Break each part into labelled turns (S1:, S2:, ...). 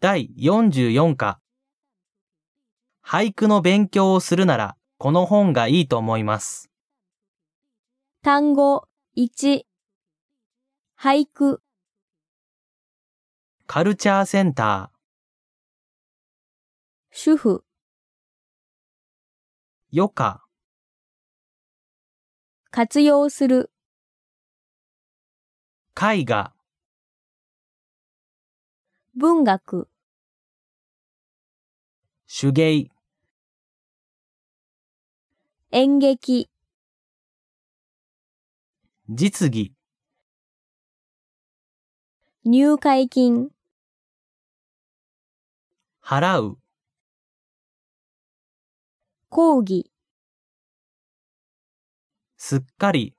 S1: 第44課。俳句の勉強をするなら、この本がいいと思います。
S2: 単語1俳句
S1: カルチャーセンタ
S2: 主婦
S1: ー、余暇、
S2: 活用する
S1: 絵画、
S2: 文学
S1: 手芸、
S2: 演劇
S1: 実技、
S2: 入会金
S1: 払う、
S2: 講義
S1: すっかり、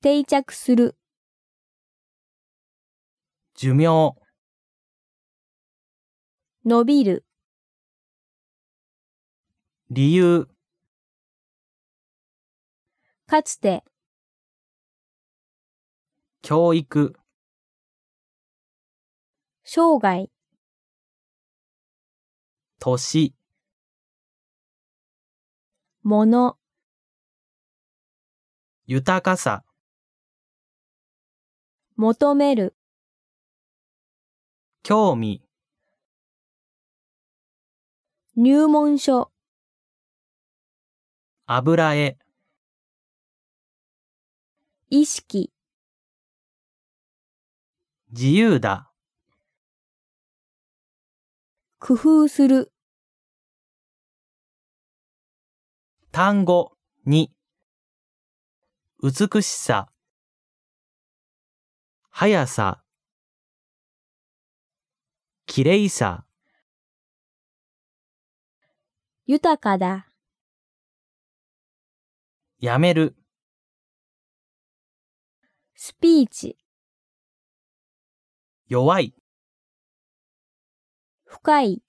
S2: 定着する
S1: 寿命、
S2: 伸びる
S1: 理由、
S2: かつて
S1: 教育、
S2: 生涯
S1: 年、
S2: もの
S1: 豊かさ、
S2: 求める
S1: 興味、
S2: 入門書
S1: 油絵、
S2: 意識
S1: 自由だ、
S2: 工夫する
S1: 単語、に、美しさ、速さ、綺麗さ、
S2: 豊かだ
S1: やめる、
S2: スピーチ
S1: 弱い、
S2: 深い